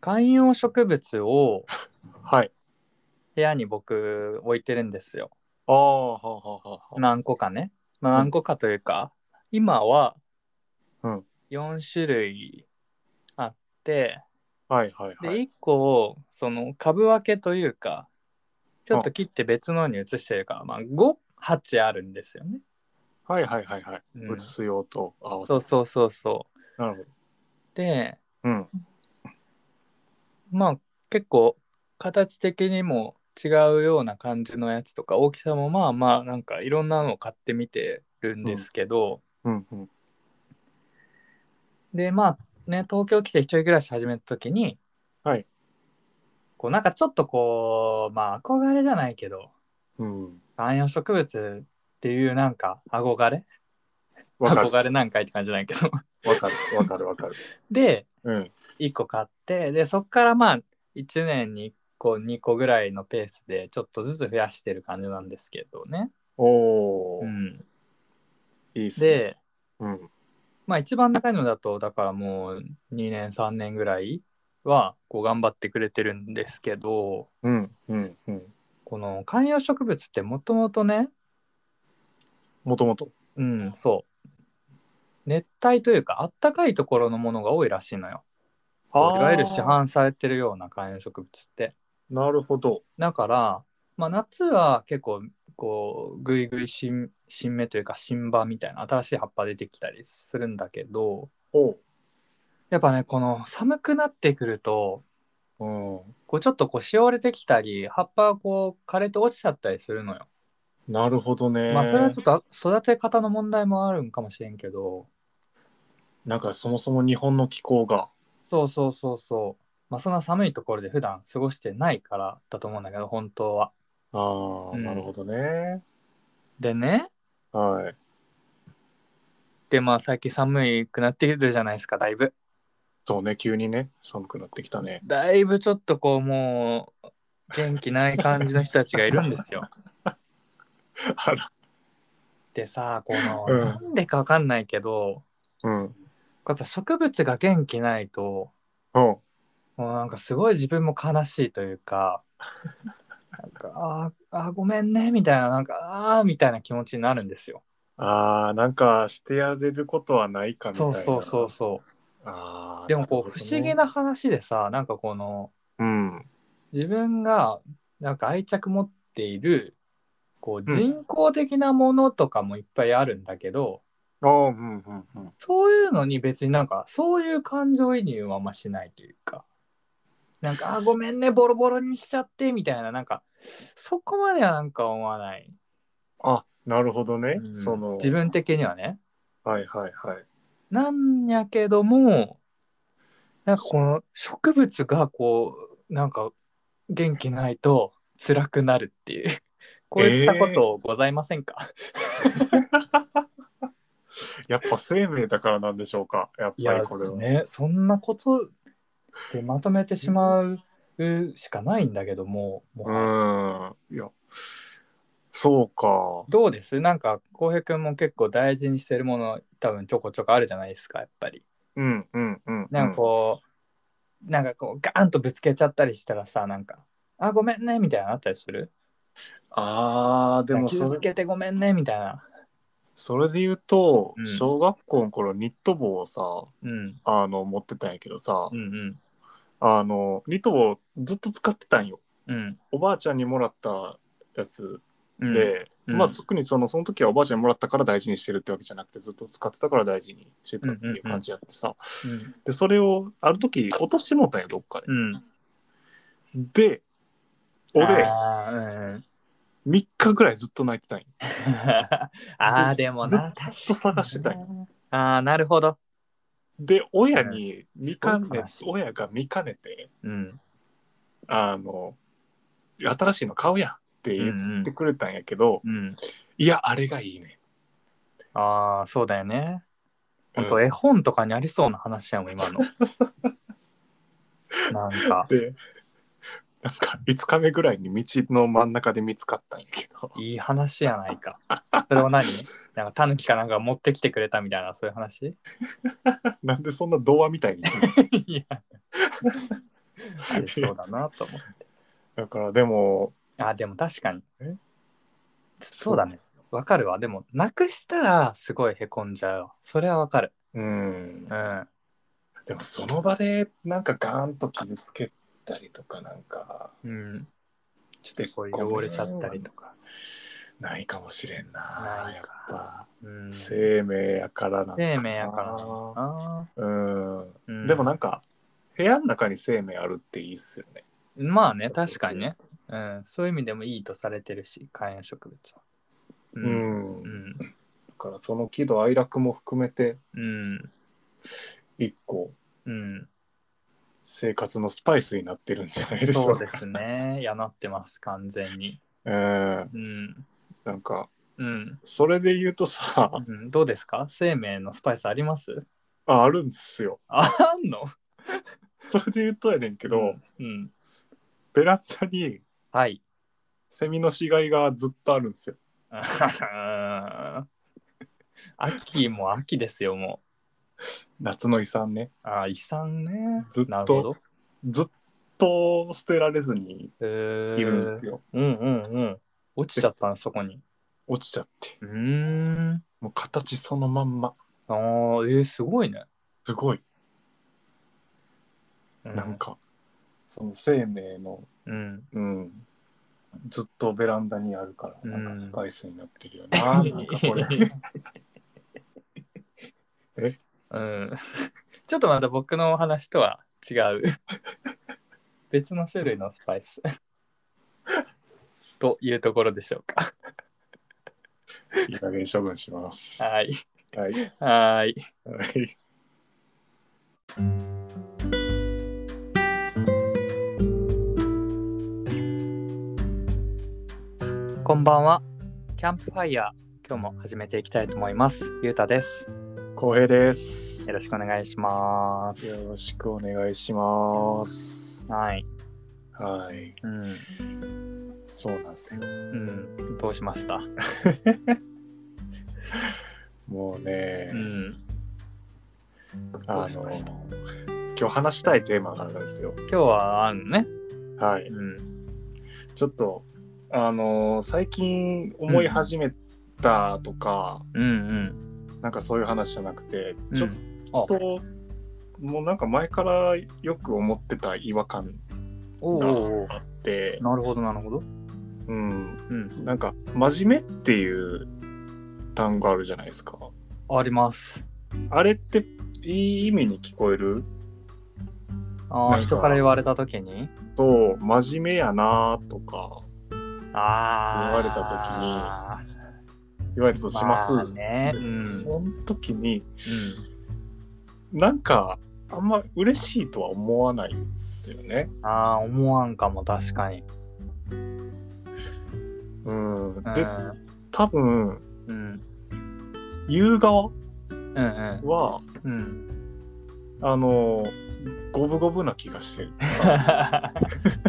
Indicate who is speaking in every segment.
Speaker 1: 観葉植物を
Speaker 2: はい。
Speaker 1: 部屋に僕置いてるんですよ。
Speaker 2: ああ、はあはあはあ。
Speaker 1: 何個かね。まあ、
Speaker 2: うん
Speaker 1: 何個かというか、今は
Speaker 2: うん
Speaker 1: 4種類あって、
Speaker 2: はいはい
Speaker 1: で、
Speaker 2: はい。
Speaker 1: 1個をその株分けというか、ちょっと切って別のに移してるから、まあ、5、8あるんですよね。
Speaker 2: はいはいはいはい。
Speaker 1: うん
Speaker 2: 移す用と合わせ
Speaker 1: そうそうそうそう。
Speaker 2: なる
Speaker 1: で、
Speaker 2: ほど。うん。
Speaker 1: まあ結構形的にも違うような感じのやつとか大きさもまあまあなんかいろんなのを買ってみてるんですけど、
Speaker 2: うんうん。
Speaker 1: でまあね東京来て一人暮らし始めた時に、
Speaker 2: はい
Speaker 1: こうなんかちょっとこうまあ憧れじゃないけど
Speaker 2: うん。
Speaker 1: 観葉植物っていうなんか憧れ
Speaker 2: わかる。
Speaker 1: 憧れなんかいって感じないけど
Speaker 2: わかる。わかるわかる。
Speaker 1: で
Speaker 2: うん。
Speaker 1: 1個買ってでそっからまあ1年に1個2個ぐらいのペースでちょっとずつ増やしてる感じなんですけどね。
Speaker 2: おお、
Speaker 1: うん、
Speaker 2: いいっすね。
Speaker 1: で、
Speaker 2: うん。
Speaker 1: まあ、一番高いのだとだからもう2年3年ぐらいはこう頑張ってくれてるんですけど
Speaker 2: うんうんうん。
Speaker 1: この観葉植物ってもともとね
Speaker 2: もともと。
Speaker 1: うんそう熱帯というかあったかいところのものが多いらしいのよい
Speaker 2: ー
Speaker 1: わゆる市販されてるような観葉植物って
Speaker 2: なるほど。
Speaker 1: だから、まあ、夏は結構こうぐいぐい新新芽というか新葉みたいな新しい葉っぱ出てきたりするんだけど
Speaker 2: おう。
Speaker 1: やっぱねこの寒くなってくると
Speaker 2: うん。
Speaker 1: こうちょっとこうしおれてきたり葉っぱがこう枯れて落ちちゃったりするのよ。
Speaker 2: なるほどね。
Speaker 1: まあそれはちょっと育て方の問題もあるんかもしれんけど
Speaker 2: なんかそもそも日本の気候が。
Speaker 1: そうそうそうそうまあそんな寒いところで普段過ごしてないからだと思うんだけど本当は。
Speaker 2: ああ、
Speaker 1: うん
Speaker 2: なるほどね。
Speaker 1: でね
Speaker 2: はい。
Speaker 1: でまあ最近寒くなってきてるじゃないですかだいぶ。
Speaker 2: そうね、急にね、寒くなってきたね。
Speaker 1: だいぶちょっとこうもう元気ない感じの人たちがいるんですよ。
Speaker 2: あら。
Speaker 1: でさこの、
Speaker 2: うん
Speaker 1: なんでかわかんないけど
Speaker 2: うん。
Speaker 1: やっぱ植物が元気ないと
Speaker 2: うん。
Speaker 1: もうなんかすごい自分も悲しいというか、なんか、あーあー、ごめんね、みたいな、なんか、ああ、みたいな気持ちになるんですよ。
Speaker 2: ああ、なんかしてやれることはないかみたい
Speaker 1: そう
Speaker 2: な。
Speaker 1: そうそうそ
Speaker 2: あ
Speaker 1: う。
Speaker 2: あ。
Speaker 1: でもこう、
Speaker 2: るほど
Speaker 1: 不
Speaker 2: ね
Speaker 1: 思議。な話でさ、なんかこの、
Speaker 2: うん。
Speaker 1: 自分が、なんか愛着持っている、こう、
Speaker 2: うん
Speaker 1: 人工的なものとかもいっぱいあるんだけど、
Speaker 2: ああ、うんうんうん。
Speaker 1: そういうのに別になんか、そういう感情移入はあんましないというか、なんか、あーごめんね、ボロボロにしちゃって、みたいな、なんか、そこまではなんか思わない。
Speaker 2: あ、なるほどね。
Speaker 1: うん
Speaker 2: その。
Speaker 1: 自分的にはね
Speaker 2: はいはいはい。
Speaker 1: なんやけどもなんかこの植物がこうなんか元気ないと辛くなるっていう こういったことございませんか、
Speaker 2: やっぱ生命だからなんでしょうか。やっ
Speaker 1: い
Speaker 2: ぱり
Speaker 1: や
Speaker 2: これは。
Speaker 1: ねそんなことでまとめてしまうしかないんだけどもも
Speaker 2: う
Speaker 1: う、
Speaker 2: ん。いや。そうか。
Speaker 1: どうですなんか浩平君も結構大事にしてるもの多分ちょこちょこあるじゃないですかやっぱり。
Speaker 2: うんうんうん。
Speaker 1: なんかこう、なんかこうガーンとぶつけちゃったりしたらさなんか「あごめんね」みたいなのあったりする
Speaker 2: ああ、で
Speaker 1: なん
Speaker 2: も
Speaker 1: か傷
Speaker 2: そ
Speaker 1: つ
Speaker 2: れ、
Speaker 1: けてごめんねみたいな。
Speaker 2: それで言うと
Speaker 1: うん、
Speaker 2: 小学校の頃、ニット帽をさ、
Speaker 1: うん
Speaker 2: あの、持ってたんやけどさ
Speaker 1: う、ん
Speaker 2: あの、ニット帽ずっと使ってたんよ。
Speaker 1: うん
Speaker 2: おばあちゃんにもらったやつ
Speaker 1: うん。
Speaker 2: で、
Speaker 1: うん
Speaker 2: まあ、
Speaker 1: うん
Speaker 2: 特にその、その時はおばあちゃんにもらったから大事にしてるってわけじゃなくて、ずっと使ってたから大事にしてたっていう感じやってさ、で、それを、ある時、落としてもうたんよ、どっかで
Speaker 1: う。ん、うん、
Speaker 2: で、俺、
Speaker 1: あー、うん、
Speaker 2: 3日ぐらいずっと泣いてたんよ。
Speaker 1: あーでもな
Speaker 2: ずっと探してたんよ。
Speaker 1: ああなるほど。
Speaker 2: で、親に見かね、
Speaker 1: す
Speaker 2: 親が見かねて、
Speaker 1: うん
Speaker 2: あの、新しいの買うやんって
Speaker 1: うんう
Speaker 2: 言
Speaker 1: ん
Speaker 2: ってくれたんやけど、
Speaker 1: うん、
Speaker 2: いや、あれがいいね。
Speaker 1: ああそうだよね。
Speaker 2: うん
Speaker 1: 本当絵本とかにありそうな話やもん今の。なんか
Speaker 2: で、なんか5日目ぐらいに道の真ん中で見つかったんやけど、
Speaker 1: いい話やないか。それは何なんかタヌキかなんか持ってきてくれたみたいなそういう話
Speaker 2: なんでそんな童話みたいにしてんの
Speaker 1: いや。ありそうだなと思って。
Speaker 2: だからでも、
Speaker 1: あ、でも確かに
Speaker 2: え。
Speaker 1: そうだね。わかるわ。でも、なくしたらすごいへこんじゃうわ。それはわかる。
Speaker 2: うん
Speaker 1: う。ん。
Speaker 2: でもその場でなんかガーンと傷つけたりとかなんか、
Speaker 1: うん。ちょっ
Speaker 2: で
Speaker 1: とこう汚れちゃったりとか。
Speaker 2: ないかもしれんな。
Speaker 1: ない
Speaker 2: やっ
Speaker 1: か
Speaker 2: ぱ、
Speaker 1: うん。生
Speaker 2: 生命やからなんかな。
Speaker 1: 命やからなのかな。
Speaker 2: うん。
Speaker 1: うん
Speaker 2: でもなんか、部屋の中に生命あるっていいっすよね。
Speaker 1: まあね、確かにね。うん。そういう意味でもいいとされてるし、観葉植物は。う
Speaker 2: う。ん。
Speaker 1: う
Speaker 2: だ
Speaker 1: ん。
Speaker 2: からその喜怒哀楽も含めて、
Speaker 1: うん。
Speaker 2: 一個、
Speaker 1: うん。
Speaker 2: 生活のスパイスになってるんじゃないでしょ
Speaker 1: そうう
Speaker 2: か。
Speaker 1: ですね。いや、なってます、完全に。
Speaker 2: うん。
Speaker 1: うん。
Speaker 2: なんか、
Speaker 1: うん。
Speaker 2: それで言うとさ、
Speaker 1: うん、どうですか生命のスパイスあります
Speaker 2: ああるんすよ。
Speaker 1: あんの
Speaker 2: それで言うとやねんけど、
Speaker 1: うん、うん
Speaker 2: ベランダに
Speaker 1: はい。
Speaker 2: セミの死骸がずっとあるんですよ。
Speaker 1: 秋も秋ですよ、も
Speaker 2: 夏の遺産ね。
Speaker 1: う。あー遺産ね。
Speaker 2: ずっと
Speaker 1: なるほど。
Speaker 2: ずっと捨てられずに
Speaker 1: え
Speaker 2: い
Speaker 1: ー、
Speaker 2: るんですよ。
Speaker 1: うんうんうん。落ちちゃったの、そこに。
Speaker 2: 落ちちゃって。
Speaker 1: うーん。
Speaker 2: もう形そのまんま。
Speaker 1: ああ、えー、すごいね。
Speaker 2: すごい。
Speaker 1: う
Speaker 2: なん。か、その生命の、
Speaker 1: うん。
Speaker 2: うん。ずっとベランダにあるから、
Speaker 1: うん
Speaker 2: なんかスパイスになってるよな。なんかこれ。
Speaker 1: うん、ちょっとまた僕のお話とは違う別の種類のスパイスというところでしょうか。
Speaker 2: いい加減処分します。は
Speaker 1: はい。
Speaker 2: い。はい。
Speaker 1: はい。こんばんは。キャンプファイヤー、今日も始めていきたいと思います。ゆうたです。
Speaker 2: 浩平です
Speaker 1: よ。ろしくお願いします。
Speaker 2: よろしくお願いします。
Speaker 1: はい。
Speaker 2: はい。
Speaker 1: うん。
Speaker 2: そうなんですよ。
Speaker 1: うん。どうしました
Speaker 2: もうね、
Speaker 1: うん。ど
Speaker 2: あ
Speaker 1: うし
Speaker 2: の
Speaker 1: ました
Speaker 2: 今日話したいテーマがあるんですよ。
Speaker 1: 今日はあるね。。
Speaker 2: はいう
Speaker 1: ん。
Speaker 2: ちょっとあの最近思い始めたとか、
Speaker 1: うん
Speaker 2: なんかそういう話じゃなくて、
Speaker 1: うん。
Speaker 2: ちょっ
Speaker 1: あ
Speaker 2: と、もうなんか前からよく思ってた違和感
Speaker 1: おう
Speaker 2: が
Speaker 1: おうおう
Speaker 2: あって、
Speaker 1: なるほど、なるほど。
Speaker 2: うん、
Speaker 1: うん。
Speaker 2: なんか真面目っていう単語あるじゃないですか。
Speaker 1: あります。
Speaker 2: あれっていい意味に聞こえる
Speaker 1: あ
Speaker 2: な
Speaker 1: あ、
Speaker 2: んか
Speaker 1: 人から言われたときに
Speaker 2: と真面目やなとか
Speaker 1: ああ。
Speaker 2: 言われた言われたとします。
Speaker 1: まあね。
Speaker 2: でその時に
Speaker 1: う
Speaker 2: なんかあんま嬉しいとは思わないんですよね。
Speaker 1: ん。ああ、思わんかも、確かに。
Speaker 2: うん、
Speaker 1: うん。
Speaker 2: で多分
Speaker 1: うん。
Speaker 2: 言う側
Speaker 1: うん
Speaker 2: は
Speaker 1: うん。うん。
Speaker 2: あの五分五分な気がしてる。
Speaker 1: あ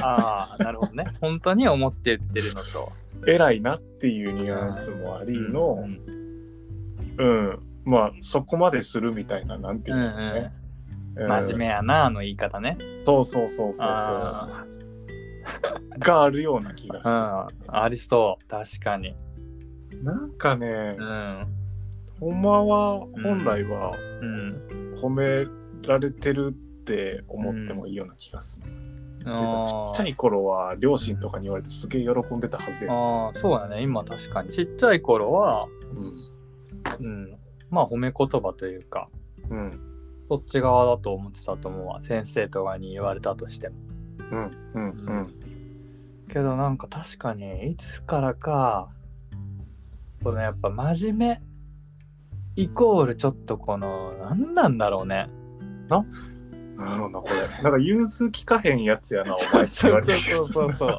Speaker 1: あ、なるほどね。本当に思って言ってるのと。
Speaker 2: 偉いなっていうニュアンスもありの
Speaker 1: う、ん
Speaker 2: うんまあそこまでするみたいななんていうのかね。うん
Speaker 1: 真面目やな、の言い方ね。
Speaker 2: そうそうそうそうそう
Speaker 1: あ
Speaker 2: があるような気がして
Speaker 1: あうん。ありそう、確かに。
Speaker 2: なんかね、
Speaker 1: うん。
Speaker 2: ほんまは本来は
Speaker 1: うん。
Speaker 2: 褒められてるって思ってもいいような気がする。というかちっちゃい頃は両親とかに言われてすげえ喜んでたはずや、
Speaker 1: ああそうだね今確かにちっちゃい頃は、
Speaker 2: うん
Speaker 1: うん、まあ褒め言葉というか
Speaker 2: うん
Speaker 1: そっち側だと思ってたと思うわ先生とかに言われたとしても、
Speaker 2: うんうんうん
Speaker 1: けどなんか確かにいつからかこのやっぱ真面目イコールちょっとこの何なんだろうね
Speaker 2: なるほどなこれなんか融通聞かへんやつやなお前
Speaker 1: そう
Speaker 2: って言
Speaker 1: そ
Speaker 2: わ
Speaker 1: う
Speaker 2: れ
Speaker 1: そうそう
Speaker 2: て
Speaker 1: そ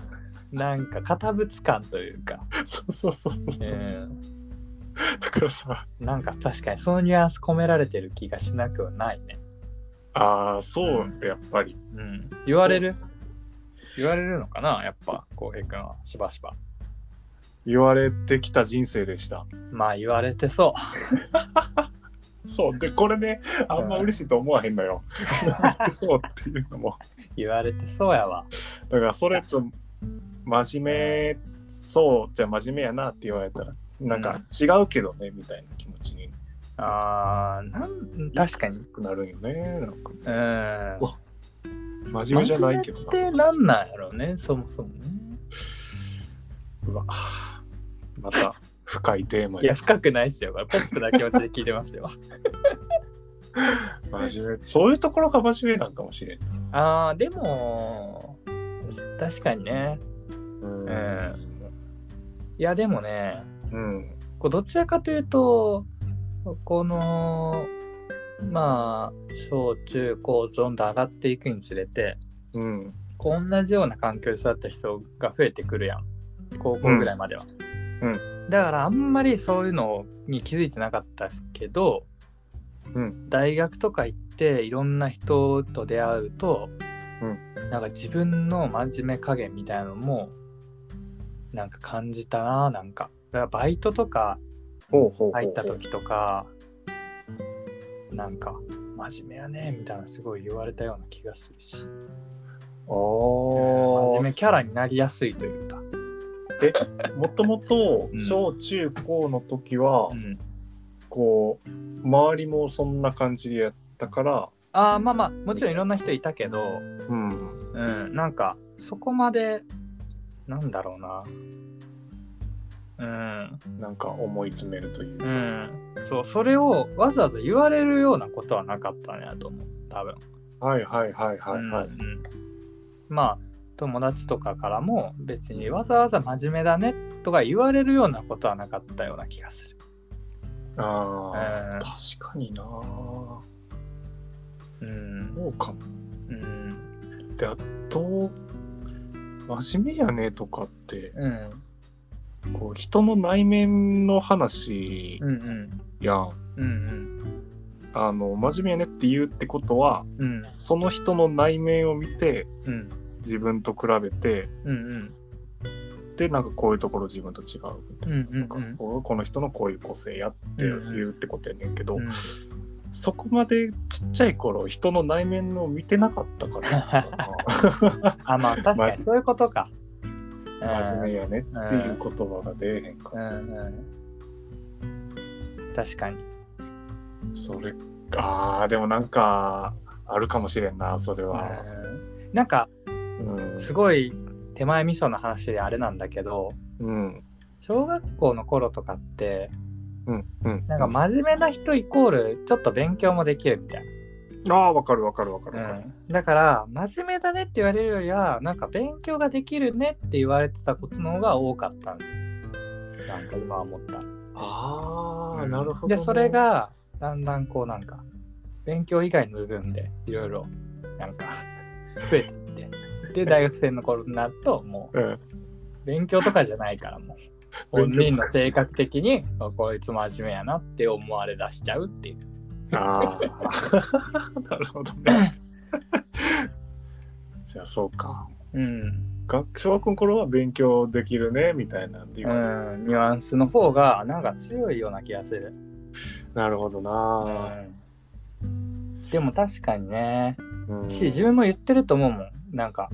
Speaker 1: うなんか堅物感というか、
Speaker 2: そうそうそうそう
Speaker 1: う
Speaker 2: だ
Speaker 1: ん、
Speaker 2: からさ
Speaker 1: なんか確かにそのニュアンス込められてる気がしなくはないね、
Speaker 2: ああそうやっぱり
Speaker 1: うん、言われる言われるのかなやっぱ浩平君はしばしば
Speaker 2: 言われてきた人生でした
Speaker 1: まあ言われてそ
Speaker 2: そうでこれねあんま嬉しいと思わへん のよ。そうっていうのも
Speaker 1: 言われてそうやわ。
Speaker 2: だからそれちょっと真面目そうじゃあ真面目やなって言われたらなんか違うけどね、みたいな気持ちに
Speaker 1: あーなん確かに。
Speaker 2: なるんよねなんか
Speaker 1: うん。
Speaker 2: わ真面目じゃないけど
Speaker 1: 真面目って
Speaker 2: な。
Speaker 1: なんなんやろうね、そもそもね。
Speaker 2: うわまた深いテーマ
Speaker 1: い
Speaker 2: に
Speaker 1: や、深くないっすよ。これポップな気持ちで聞いてますよ。
Speaker 2: 真面目そういうところが真面目なんかもしれんな
Speaker 1: あー、でも、確かにね。
Speaker 2: うん
Speaker 1: いや、でもね、
Speaker 2: うん
Speaker 1: こうどちらかというと、この、まあ、小中高どんどん上がっていくにつれて、
Speaker 2: うん
Speaker 1: こう同じような環境で育った人が増えてくるやん高校ぐらいまでは、
Speaker 2: うん
Speaker 1: だからあんまりそういうのに気づいてなかったけど、
Speaker 2: うん
Speaker 1: 大学とか行っていろんな人と出会うと、なんか自分の真面目加減みたいなのもなんか感じたななんかだからバイトとか
Speaker 2: ほうほうほう
Speaker 1: 入った時とかなんか真面目やねみたいなのすごい言われたような気がするし
Speaker 2: ああ
Speaker 1: 真面目キャラになりやすいというか、
Speaker 2: もともと
Speaker 1: うん
Speaker 2: 小中高の時は、
Speaker 1: うん、
Speaker 2: こう周りもそんな感じでやったから、
Speaker 1: ああまあまあもちろんいろんな人いたけど、
Speaker 2: うん、
Speaker 1: うん、なんかそこまでなんだろうな
Speaker 2: なんか思い詰めるという
Speaker 1: う
Speaker 2: か、
Speaker 1: んうんそうそれをわざわざ言われるようなことはなかったねと思う多分
Speaker 2: はいはいはいはいはい、
Speaker 1: うんうんまあ友達とかからも別にわざわざ真面目だねとか言われるようなことはなかったような気がする
Speaker 2: ああ、
Speaker 1: うん
Speaker 2: 確かになそ
Speaker 1: うん、
Speaker 2: うかも
Speaker 1: うん
Speaker 2: であと真面目やねとかって
Speaker 1: うん
Speaker 2: こう人の内面の話
Speaker 1: うんうん
Speaker 2: やん、
Speaker 1: うん
Speaker 2: あの真面目やねって言うってことは
Speaker 1: うんうん
Speaker 2: その人の内面を見て
Speaker 1: うん
Speaker 2: 自分と比べて
Speaker 1: うん
Speaker 2: でなんかこういうところ自分と違うみたいな,、
Speaker 1: うんうんうん
Speaker 2: なんかこうこの人のこういう個性やって言うってことやねんけど、
Speaker 1: うん
Speaker 2: そこまでちっちゃい頃人の内面を見てなかった から
Speaker 1: あまあ確かにそういうことか。
Speaker 2: な真面目やねっていう言葉が出えへん
Speaker 1: う
Speaker 2: か
Speaker 1: ん
Speaker 2: ら、
Speaker 1: うん確かに。
Speaker 2: それあーでもなんかあるかもしれんなそれは、
Speaker 1: うんなんか
Speaker 2: うん
Speaker 1: すごい手前味噌の話であれなんだけど
Speaker 2: うん
Speaker 1: 小学校の頃とかって
Speaker 2: うんうん
Speaker 1: なんか
Speaker 2: あ
Speaker 1: 真面目な人イコールちょっと勉強もできるみたい
Speaker 2: あーわかるわかるわかるわ
Speaker 1: な、
Speaker 2: か
Speaker 1: う
Speaker 2: る、
Speaker 1: ん、だから真面目だねって言われるよりはなんか勉強ができるねって言われてたことの方が多かったんですなんか今思った
Speaker 2: ああなるほど、
Speaker 1: でそれがだんだんこうなんか勉強以外の部分でいろいろなんか 増えていって で大学生の頃になるとも
Speaker 2: うん
Speaker 1: う勉強とかじゃないからもう 本人の性格的にあこいつ真面目やなって思われ出しちゃうっ ていう
Speaker 2: ああ、 なるほど ね。じゃあそうか。
Speaker 1: うん、
Speaker 2: 学小学校の頃は勉強できるねみたいなんで
Speaker 1: う
Speaker 2: 言われてた
Speaker 1: ん、ニュアンスの方がなんか強いような気がする、
Speaker 2: なるほど
Speaker 1: う
Speaker 2: な、
Speaker 1: ん、でも確かにね
Speaker 2: うん
Speaker 1: し自分も言ってると思うもんなん か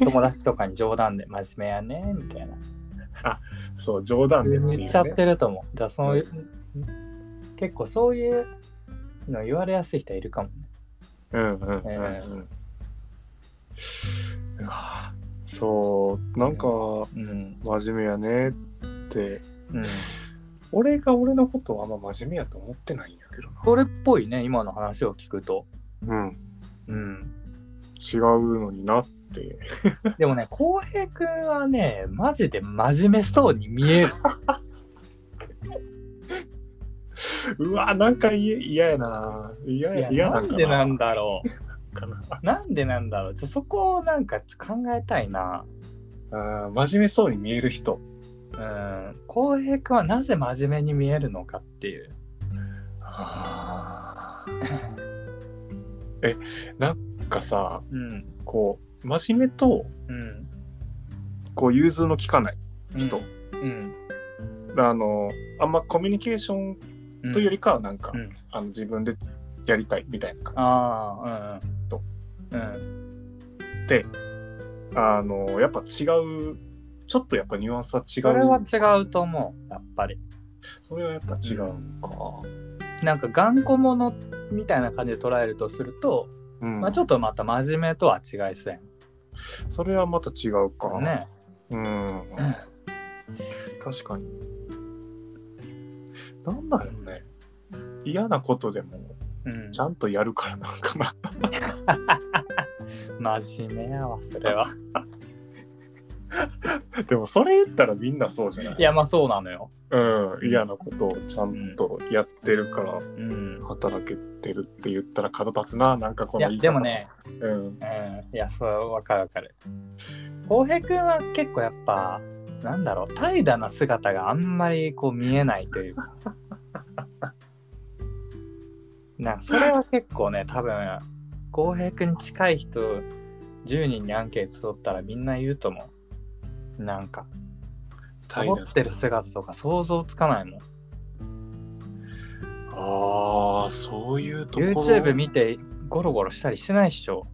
Speaker 1: 友達とかに冗談で真面目やねみたいな
Speaker 2: そう冗談でっていう、ね。
Speaker 1: 言っちゃってると思う。だからその、結構そういうの言われやすい人いるかもね。
Speaker 2: うんうんうんうん。うわそうなんか
Speaker 1: うん。
Speaker 2: 真面目やねって
Speaker 1: うん、
Speaker 2: 俺が俺のことはあんま真面目やと思ってないんやけどな。
Speaker 1: それっぽいね、今の話を聞くと。
Speaker 2: うん
Speaker 1: うん。
Speaker 2: 違うのになって。
Speaker 1: でもね、浩平くんはね、マジで真面目そうに見 える。
Speaker 2: うわなんかいえ嫌やな嫌や
Speaker 1: いや、
Speaker 2: 嫌な
Speaker 1: なん
Speaker 2: んか
Speaker 1: でなん
Speaker 2: だ
Speaker 1: だろう。
Speaker 2: かな
Speaker 1: なんでなんだろう。ちょそこをなんか考えたいな。
Speaker 2: あー真面目そうに見える人
Speaker 1: うん。浩平くんはなぜ真面目に見えるのかっていう。
Speaker 2: なんかさ
Speaker 1: うん。
Speaker 2: こう真面目と
Speaker 1: うん。
Speaker 2: こう融通の利かない人、
Speaker 1: うん。
Speaker 2: あのあんまコミュニケーション
Speaker 1: うん
Speaker 2: というよりかはなんか、
Speaker 1: うん
Speaker 2: あの自分でやりたいみたいな感
Speaker 1: ああ、うん。
Speaker 2: と。
Speaker 1: うん。
Speaker 2: じであのやっぱ違うちょっとやっぱニュアンスは違う
Speaker 1: それは違うと思う、やっぱり。
Speaker 2: それはやっぱ違うのか、
Speaker 1: なんか頑固者みたいな感じで捉えるとすると、
Speaker 2: うん
Speaker 1: まあちょっとまた真面目とは違いそうやん
Speaker 2: それはまた違うか、
Speaker 1: ね。
Speaker 2: うん確かになんだろうね嫌なことでも
Speaker 1: うん
Speaker 2: ち。ゃんとやるからなんか な
Speaker 1: 真面目やわ、そ れは。
Speaker 2: でもそれ言ったらみんなそうじゃない
Speaker 1: いや、まあそうなのよ。
Speaker 2: うん、嫌なことをちゃんとやってるから
Speaker 1: うん。
Speaker 2: 働けてるって言ったら角立つななんかこ
Speaker 1: い
Speaker 2: の
Speaker 1: や、
Speaker 2: 言い方
Speaker 1: でもね、
Speaker 2: うん
Speaker 1: うん。いや、そう、わかるわかる。浩平君は結構やっぱ、なんだろう、怠惰な姿があんまりこう見えないというか。 なんかそれは結構ね、多分、浩平君に近い人、10人にアンケート取ったらみんな言うと思う。なんか、サボってる姿とか想像つかないもん。
Speaker 2: ああそういうところ
Speaker 1: YouTube 見てゴロゴロしたりしてないっしょ。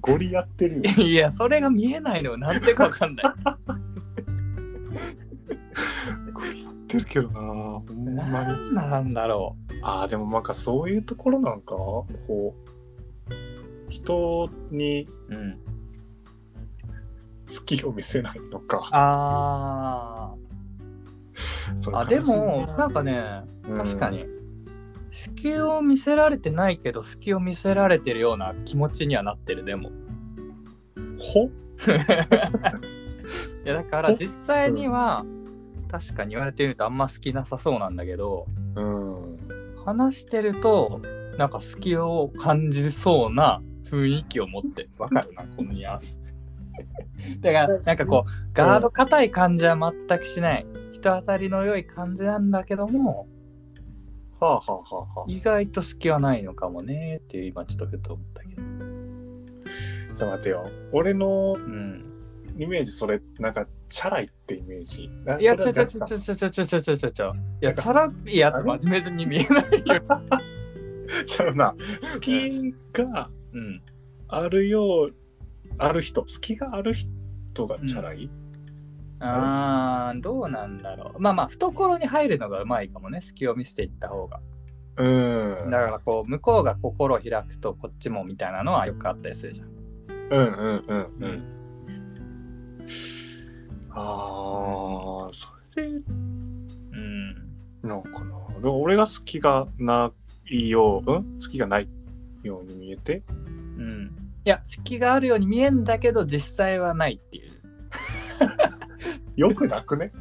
Speaker 2: ゴリやってるよ
Speaker 1: いや、それが見えないのよなんてかわかん ない。
Speaker 2: やってるけどなほんま に
Speaker 1: なんなんだろ
Speaker 2: ああでもなんかそういうところなんかこう人に
Speaker 1: う。うん。
Speaker 2: 好きを見せないのか
Speaker 1: あ
Speaker 2: それ
Speaker 1: あ。あ、で
Speaker 2: 悲しいね
Speaker 1: も、なんかね、
Speaker 2: うん
Speaker 1: 確かに。好きを見せられてないけど、好きを見せられてるような気持ちにはなってる、でも。
Speaker 2: ほ
Speaker 1: いや、だから実際には、確かに言われてみるとあんま好きなさそうなんだけど、
Speaker 2: うん
Speaker 1: 話してると、なんか好きを感じそうな雰囲気を持ってる、わかる な、このニュアンス。 だから、なんかこう、ガード硬い感じは全くしない。人当たりの良い感じなんだけども、
Speaker 2: はあはあはあは
Speaker 1: 意外と好きはないのかもねっていう今ちょっとふと思ったけど。
Speaker 2: あじゃあ待てよ俺の
Speaker 1: うん。
Speaker 2: イメージそれなんかチャラいってイメージ
Speaker 1: いや、ち
Speaker 2: そ
Speaker 1: ょ
Speaker 2: れ
Speaker 1: ちょ
Speaker 2: は
Speaker 1: ちょちょちょちょちょちょちょちょちょ。い
Speaker 2: な
Speaker 1: や、
Speaker 2: んか
Speaker 1: チャラいやつ真面目に見え ないよ。
Speaker 2: ちゃうな好きが
Speaker 1: うん。
Speaker 2: あるようある人好きがある人がチャラい、
Speaker 1: あー、どうなんだろう。まあまあ、懐に入るのがうまいかもね、隙を見せていった方が。
Speaker 2: うん、うん
Speaker 1: だからこう、向こうが心を開くとこっちもみたいなのはよくあったりするじゃん。
Speaker 2: うんうんうんああそれで
Speaker 1: うん。
Speaker 2: のかなでも俺が好きがないよう、うん、好きがないように見えて
Speaker 1: うん。いや、隙があるように見えんだけど、実際はないっていう。
Speaker 2: よくな くね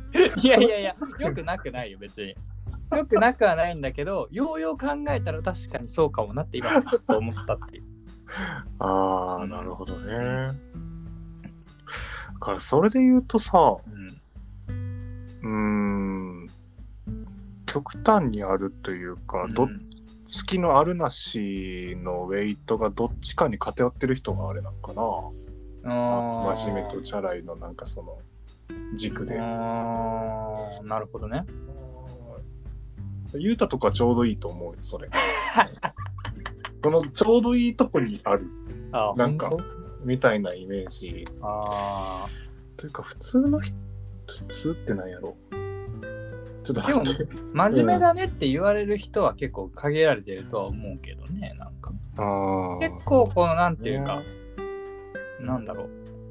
Speaker 1: いやいやいや、よくなくないよ、別に。よくなくはないんだけど、ようよう考えたら確かにそうかもなって今、ちょっと思ったっていう。
Speaker 2: ああなるほどねだからそれで言うとさ
Speaker 1: うん。
Speaker 2: うーん極端にあるというか、ど
Speaker 1: う
Speaker 2: 好
Speaker 1: ん
Speaker 2: きのあるなしのウェイトがどっちかに偏ってる人があれなんかな
Speaker 1: あー
Speaker 2: 真面目とチャラいのなんかその軸で
Speaker 1: あーなるほどね。
Speaker 2: ゆうたとかちょうどいいと思うよ それそのちょうどいいとこにある
Speaker 1: あー
Speaker 2: なんか
Speaker 1: 本
Speaker 2: みたいなイメージ
Speaker 1: 当あ
Speaker 2: というか普通の人普通ってなんやろちょっと待って、
Speaker 1: ー真面目だねって言われる人は結構限られてるとは思うけどね、なんか。
Speaker 2: あー
Speaker 1: 結構このなんていうか、なんだろう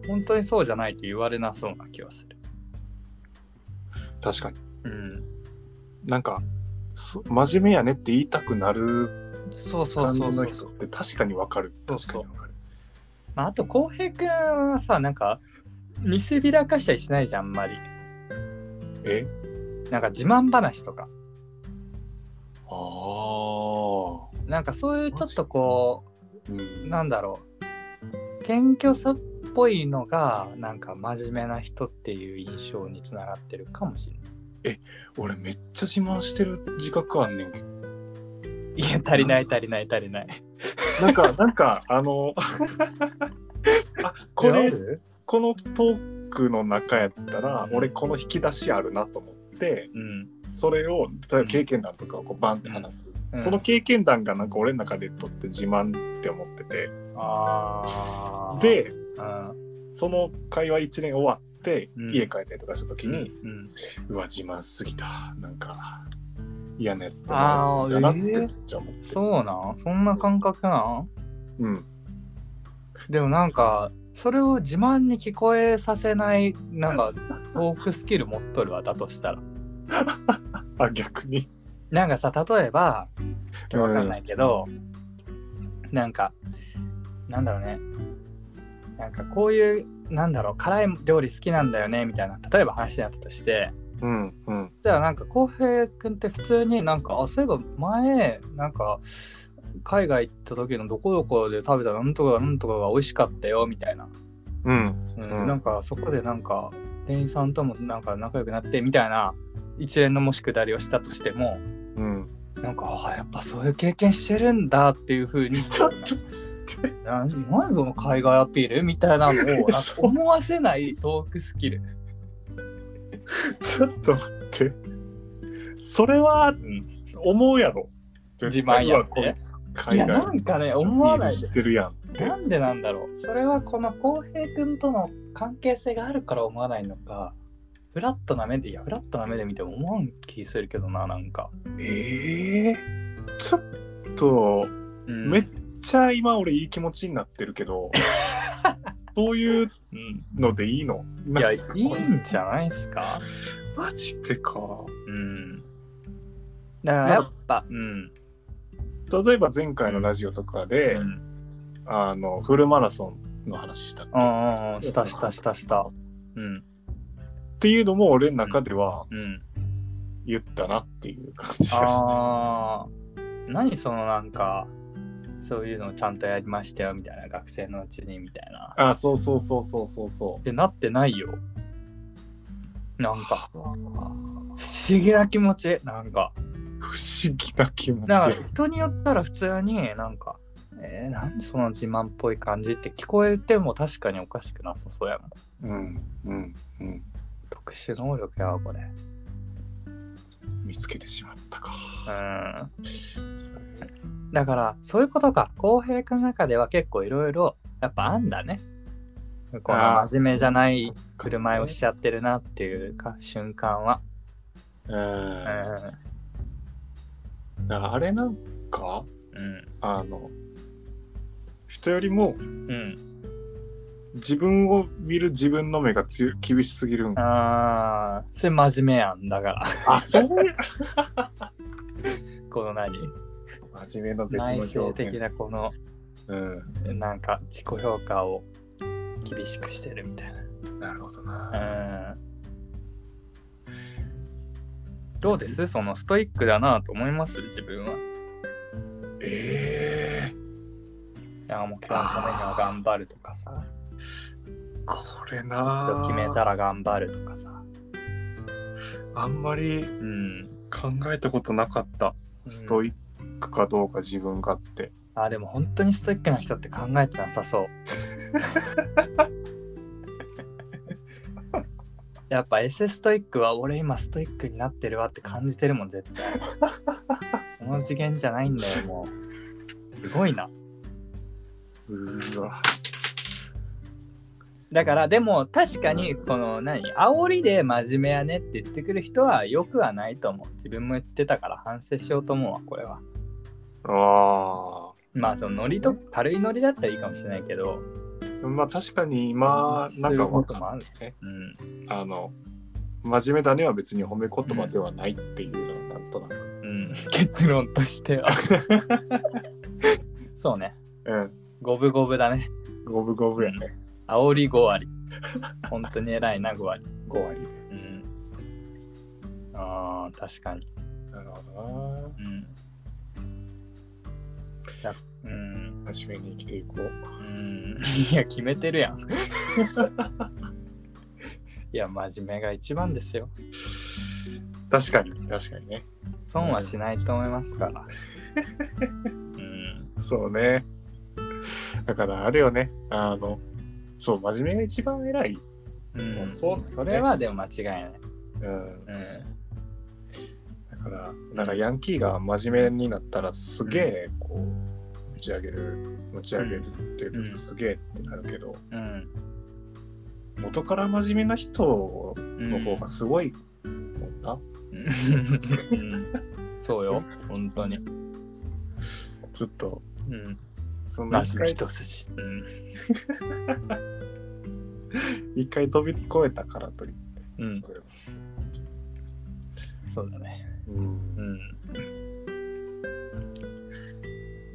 Speaker 1: 本当にそうじゃないと言われなそうな気はする。
Speaker 2: 確かに
Speaker 1: うん、
Speaker 2: なんかそ真面目やねって言いたくなる
Speaker 1: そうそう
Speaker 2: 感じ
Speaker 1: そうそ
Speaker 2: の
Speaker 1: う
Speaker 2: 人って確かにわかる
Speaker 1: そう
Speaker 2: 確か
Speaker 1: そう
Speaker 2: にわかる
Speaker 1: まあ、あと浩平君はさなんか見せびらかしたりしないじゃんあんまり
Speaker 2: え
Speaker 1: なんか自慢話とか
Speaker 2: ああ
Speaker 1: なんかそういうちょっとこ
Speaker 2: うん
Speaker 1: うなんだろう謙虚さっぽいのがなんか真面目な人っていう印象につながってるかもしれな
Speaker 2: 俺めっちゃ自慢してる自覚あんねんけど
Speaker 1: い。いや足りない足りない足りない。
Speaker 2: なんか なんか あのあこれ
Speaker 1: ある
Speaker 2: このトークの中やったら俺この引き出しあるなと思ってて
Speaker 1: うん
Speaker 2: それを例えば経験談とかをこうバンって話す、
Speaker 1: うん
Speaker 2: その経験談がなんか俺の中でとって自慢って思ってて
Speaker 1: あー
Speaker 2: で
Speaker 1: うん
Speaker 2: その会話1年終わって
Speaker 1: うん
Speaker 2: 家帰ったりとかした時に、
Speaker 1: うん
Speaker 2: うわ自慢すぎたなんか嫌なやつだ
Speaker 1: あー
Speaker 2: なってめ
Speaker 1: えー
Speaker 2: っちゃ思って、
Speaker 1: そうなんそんな感覚なん
Speaker 2: うん
Speaker 1: でもなんかそれを自慢に聞こえさせないなんかトークスキル持っとるわだとしたら
Speaker 2: あ逆に
Speaker 1: なんかさ例えばわかんないけど、なんかなんだろうねなんかこういうなんだろう辛い料理好きなんだよねみたいな例えば話になったとして
Speaker 2: うんうん
Speaker 1: そしたらなんか浩平君って普通になんかあそういえば前なんか海外行った時のどこどこで食べたなんとかなんとかが美味しかったよみたいな
Speaker 2: うん
Speaker 1: う
Speaker 2: うん
Speaker 1: ん、なんかそこでなんか店員さんともなんか仲良くなってみたいな一連のもしくだりをしたとしても
Speaker 2: うん
Speaker 1: なんかああやっぱそういう経験してるんだっていうふうに
Speaker 2: ちょっと
Speaker 1: な何その海外アピールみたいなのを なんか思わせないトークスキル
Speaker 2: ちょっと待ってそれは思うやろ
Speaker 1: 自慢やって
Speaker 2: うわこいつ
Speaker 1: い
Speaker 2: 海
Speaker 1: や
Speaker 2: 外
Speaker 1: なんかね思わない
Speaker 2: 知ってるやんって
Speaker 1: なんでなんだろうそれはこの浩平君との関係性があるから思わないのかフラットな目でいやフラットな目で見ても思わん気するけどななんか、
Speaker 2: ええちょっと、
Speaker 1: うん
Speaker 2: めっちゃ今俺いい気持ちになってるけ どそういう
Speaker 1: うん
Speaker 2: のでいいの
Speaker 1: いや、いいんじゃないですか。
Speaker 2: マジでか
Speaker 1: うん。だからやっぱ、うん。
Speaker 2: 例えば前回のラジオとか
Speaker 1: う
Speaker 2: で、
Speaker 1: ん。
Speaker 2: あのフルマラソンの話したっけ
Speaker 1: ああ、したしたしたした。うん。
Speaker 2: っていうのも俺の中では
Speaker 1: うん。
Speaker 2: 言ったなっていう感じがして
Speaker 1: ああ。何そのなんか、そういうのちゃんとやりましたよみたいな、学生のうちにみたいな。
Speaker 2: あそうそうそうそうそうそ
Speaker 1: で、なってないよ。なんか、
Speaker 2: う不
Speaker 1: 不思議な気持ち。なんか、
Speaker 2: 思議な気持ち
Speaker 1: だから人によったら普通になんか、えー、なんでその自慢っぽい感じって聞こえても確かにおかしくなさそうやもん。
Speaker 2: うんうんうん
Speaker 1: 特殊能力やわこれ
Speaker 2: 見つけてしまったか
Speaker 1: うん
Speaker 2: それ
Speaker 1: だからそういうことか浩平君の中では結構いろいろやっぱあんだねこの
Speaker 2: あー
Speaker 1: 真面目じゃない振る舞いをしちゃってるなっていうか瞬間は、
Speaker 2: うん
Speaker 1: う
Speaker 2: だ
Speaker 1: ん
Speaker 2: からあれなんか
Speaker 1: うん
Speaker 2: あの人よりも
Speaker 1: うん、
Speaker 2: 自分を見る自分の目が強い厳しすぎるんか
Speaker 1: ああそれ真面目やんだから
Speaker 2: あそうや
Speaker 1: この何
Speaker 2: 真面目な別
Speaker 1: 内
Speaker 2: の
Speaker 1: 省
Speaker 2: 表
Speaker 1: 的
Speaker 2: 現
Speaker 1: なこの
Speaker 2: うん
Speaker 1: なんか自己評価を厳しくしてるみたい
Speaker 2: なるほどな
Speaker 1: なうんどうですそのストイックだなと思います自分は
Speaker 2: ええ
Speaker 1: いやもう今日のためには頑張るとかさ、
Speaker 2: これ
Speaker 1: 一度
Speaker 2: な
Speaker 1: 決めたら頑張るとかさ、
Speaker 2: あんまり
Speaker 1: うん、
Speaker 2: 考えたことなかったスト
Speaker 1: イッ
Speaker 2: イックかどうか自分がって
Speaker 1: ク。あ、でも本当にストイックな人って考えてなさ そう。やっぱ SS ストイックは俺今ストイックになってるわって感じてるもん絶対。その次元じゃないんだよもう。すごいな。
Speaker 2: うーわ
Speaker 1: だからでも確かにこの何煽りで真面目やねって言ってくる人はよくはないと思う。自分も言ってたから反省しようと思うわこれは。
Speaker 2: あ
Speaker 1: まあそのノリと軽いノリだったらいいかもしれないけど、
Speaker 2: あまあ確かに今
Speaker 1: す
Speaker 2: なんか
Speaker 1: るこ
Speaker 2: わ
Speaker 1: と
Speaker 2: か
Speaker 1: もあ
Speaker 2: ん
Speaker 1: る
Speaker 2: ないね
Speaker 1: うん
Speaker 2: あの真面目だねは別に褒め言葉ではないっていうのはなんとなく、
Speaker 1: うん、結論としては そうね
Speaker 2: うん、
Speaker 1: 五分五分だね
Speaker 2: 五分五分やね
Speaker 1: 煽り5割本当に偉いな5割
Speaker 2: 5割で
Speaker 1: うんあー確かに
Speaker 2: なるほどな
Speaker 1: うんだうん、
Speaker 2: 真面目に生きていこう
Speaker 1: うん、いや決めてる やんいや真面目が一番ですよ
Speaker 2: 確かに確かにね
Speaker 1: 損はしないと思いますから。うん。
Speaker 2: そうねだからあれよねあのそう真面目が一番偉い
Speaker 1: うん、
Speaker 2: そう
Speaker 1: それはでも間違いない。
Speaker 2: うん
Speaker 1: うん。
Speaker 2: から、なんかヤンキーが真面目になったらすげえ、こう、持ち上げる、持ち上げるっていう
Speaker 1: う
Speaker 2: か、
Speaker 1: ん
Speaker 2: すげえってなるけど、
Speaker 1: うん。
Speaker 2: 元から真面目な人
Speaker 1: の
Speaker 2: の方がすごいもんな。
Speaker 1: そうよ、本当に。
Speaker 2: ちょっと、
Speaker 1: うん。
Speaker 2: その
Speaker 1: ラ
Speaker 2: 一
Speaker 1: スの
Speaker 2: 回
Speaker 1: 一筋。うん。
Speaker 2: 一回飛び越えたからといって、
Speaker 1: うん
Speaker 2: それは
Speaker 1: そうだね。
Speaker 2: うん
Speaker 1: うん。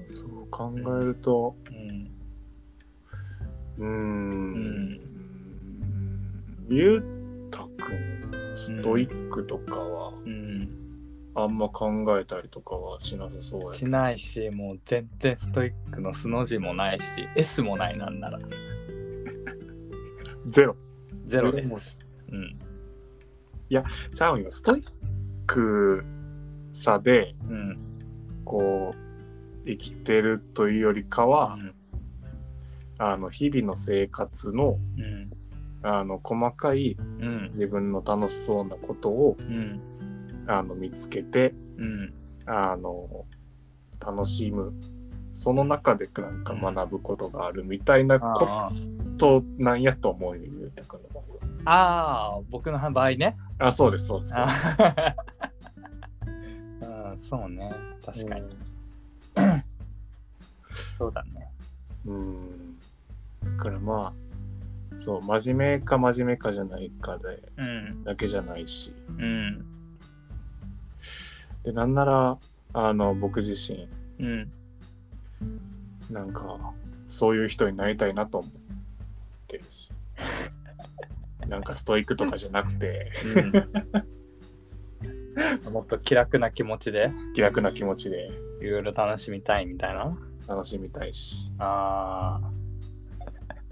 Speaker 2: そう考えると、
Speaker 1: うん。
Speaker 2: うーん、
Speaker 1: ん
Speaker 2: ゆうたくん、ストイックとかは、
Speaker 1: うん。
Speaker 2: あんま考えたりとかはしなさそうやけ
Speaker 1: し
Speaker 2: ど
Speaker 1: ないし、もう全然ストイックの素の字もないし、S もないなんなら。
Speaker 2: ゼロ。
Speaker 1: ゼロで
Speaker 2: 文
Speaker 1: す。うん。
Speaker 2: 字ちゃうんよ。ストイックさで、
Speaker 1: うん。
Speaker 2: こう、生きてるというよりかは、あの、日々の生活の、
Speaker 1: うん。
Speaker 2: あの、細かい
Speaker 1: うん。
Speaker 2: 自分の楽しそうなことを、
Speaker 1: うん。
Speaker 2: あの、見つけて、
Speaker 1: うん。
Speaker 2: あの、楽しむ。その中でなんか学ぶことがあるみたいなこ
Speaker 1: あ
Speaker 2: となんやと思うよ、ゆうたくんの場合は。
Speaker 1: あー、僕の場合ね。
Speaker 2: あ、そうです、そうです。
Speaker 1: あーうん、そうね。確かに。そうだね。
Speaker 2: うん。だからまあ、そう、真面目か真面目かじゃないかで、
Speaker 1: うん。
Speaker 2: だけじゃないし。
Speaker 1: うん。
Speaker 2: で、なんなら、あの、僕自身、
Speaker 1: うん。
Speaker 2: なんか、そういう人になりたいなと思ってるし。なんかストイックとかじゃなくて、
Speaker 1: もっと気楽な気持ちで
Speaker 2: 気楽な気持ちで
Speaker 1: いろいろ楽しみたいみたいな。
Speaker 2: 楽しみたいし。
Speaker 1: ああ。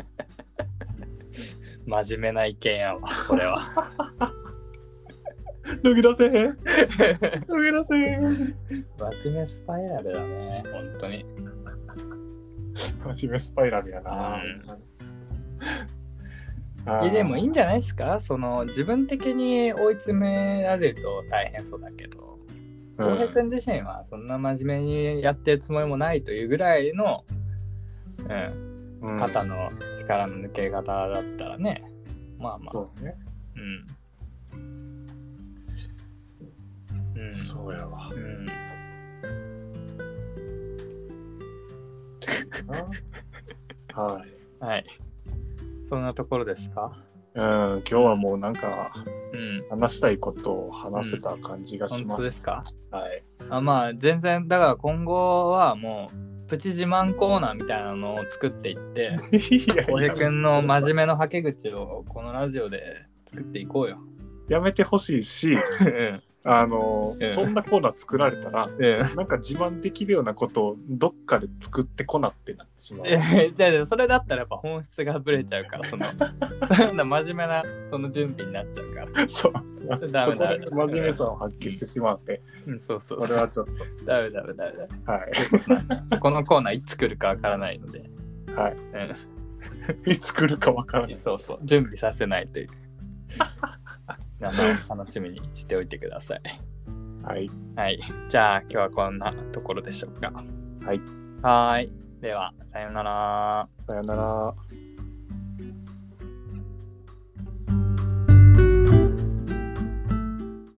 Speaker 1: 真面目な意見やわ、これは。
Speaker 2: 脱ぎ出せ脱ぎ出せ
Speaker 1: 真面目スパイラルだね、本当に。
Speaker 2: 真面目スパイラルやな。あー
Speaker 1: えでもいいんじゃないですかその自分的に追い詰められると大変そうだけど、
Speaker 2: うん
Speaker 1: 浩平君自身はそんな真面目にやってるつもりもないというぐらいの、うん、
Speaker 2: うん
Speaker 1: 肩の力の抜け方だったらね、まあまあ、
Speaker 2: そうね。
Speaker 1: うん。うん、
Speaker 2: そうやわ。
Speaker 1: うん。
Speaker 2: はい。
Speaker 1: はい。そんなところですか
Speaker 2: うん、今日はもうなんか
Speaker 1: うん。
Speaker 2: 話したいことを話せた感じがし
Speaker 1: 本
Speaker 2: ま
Speaker 1: 当
Speaker 2: す。
Speaker 1: ですか
Speaker 2: はい。
Speaker 1: あまあ全然だから今後はもうプチ自慢コーナーみたいなのを作っていって 小平君の真面目のはけ口をこのラジオで作っていこうよ。
Speaker 2: やめてほしいし、
Speaker 1: うん
Speaker 2: あの、
Speaker 1: うん
Speaker 2: そんなコーナー作られたら、
Speaker 1: うん
Speaker 2: なんか自慢できるようなことをどっかで作ってこなってなってしまう。
Speaker 1: え じゃあそれだったらやっぱ本質がぶれちゃうからその そういうの真面目なその準備になっちゃうから。そ
Speaker 2: そう。そこ
Speaker 1: れダメだ
Speaker 2: で真面目さを発揮してしまって、
Speaker 1: うん、そうそう
Speaker 2: これはちょっと、
Speaker 1: ダメダメダメダ
Speaker 2: はい。
Speaker 1: メ。このコーナーいつ来るかわからないので、
Speaker 2: はいいつ来るかわから
Speaker 1: う、
Speaker 2: なんい。
Speaker 1: そうそう準備させないという。 皆さん楽しみにしておいてください。
Speaker 2: はい。
Speaker 1: はい。じゃあ今日はこんなところでしょうか。
Speaker 2: はい。
Speaker 1: はーい。では、さようなら。
Speaker 2: さよなら。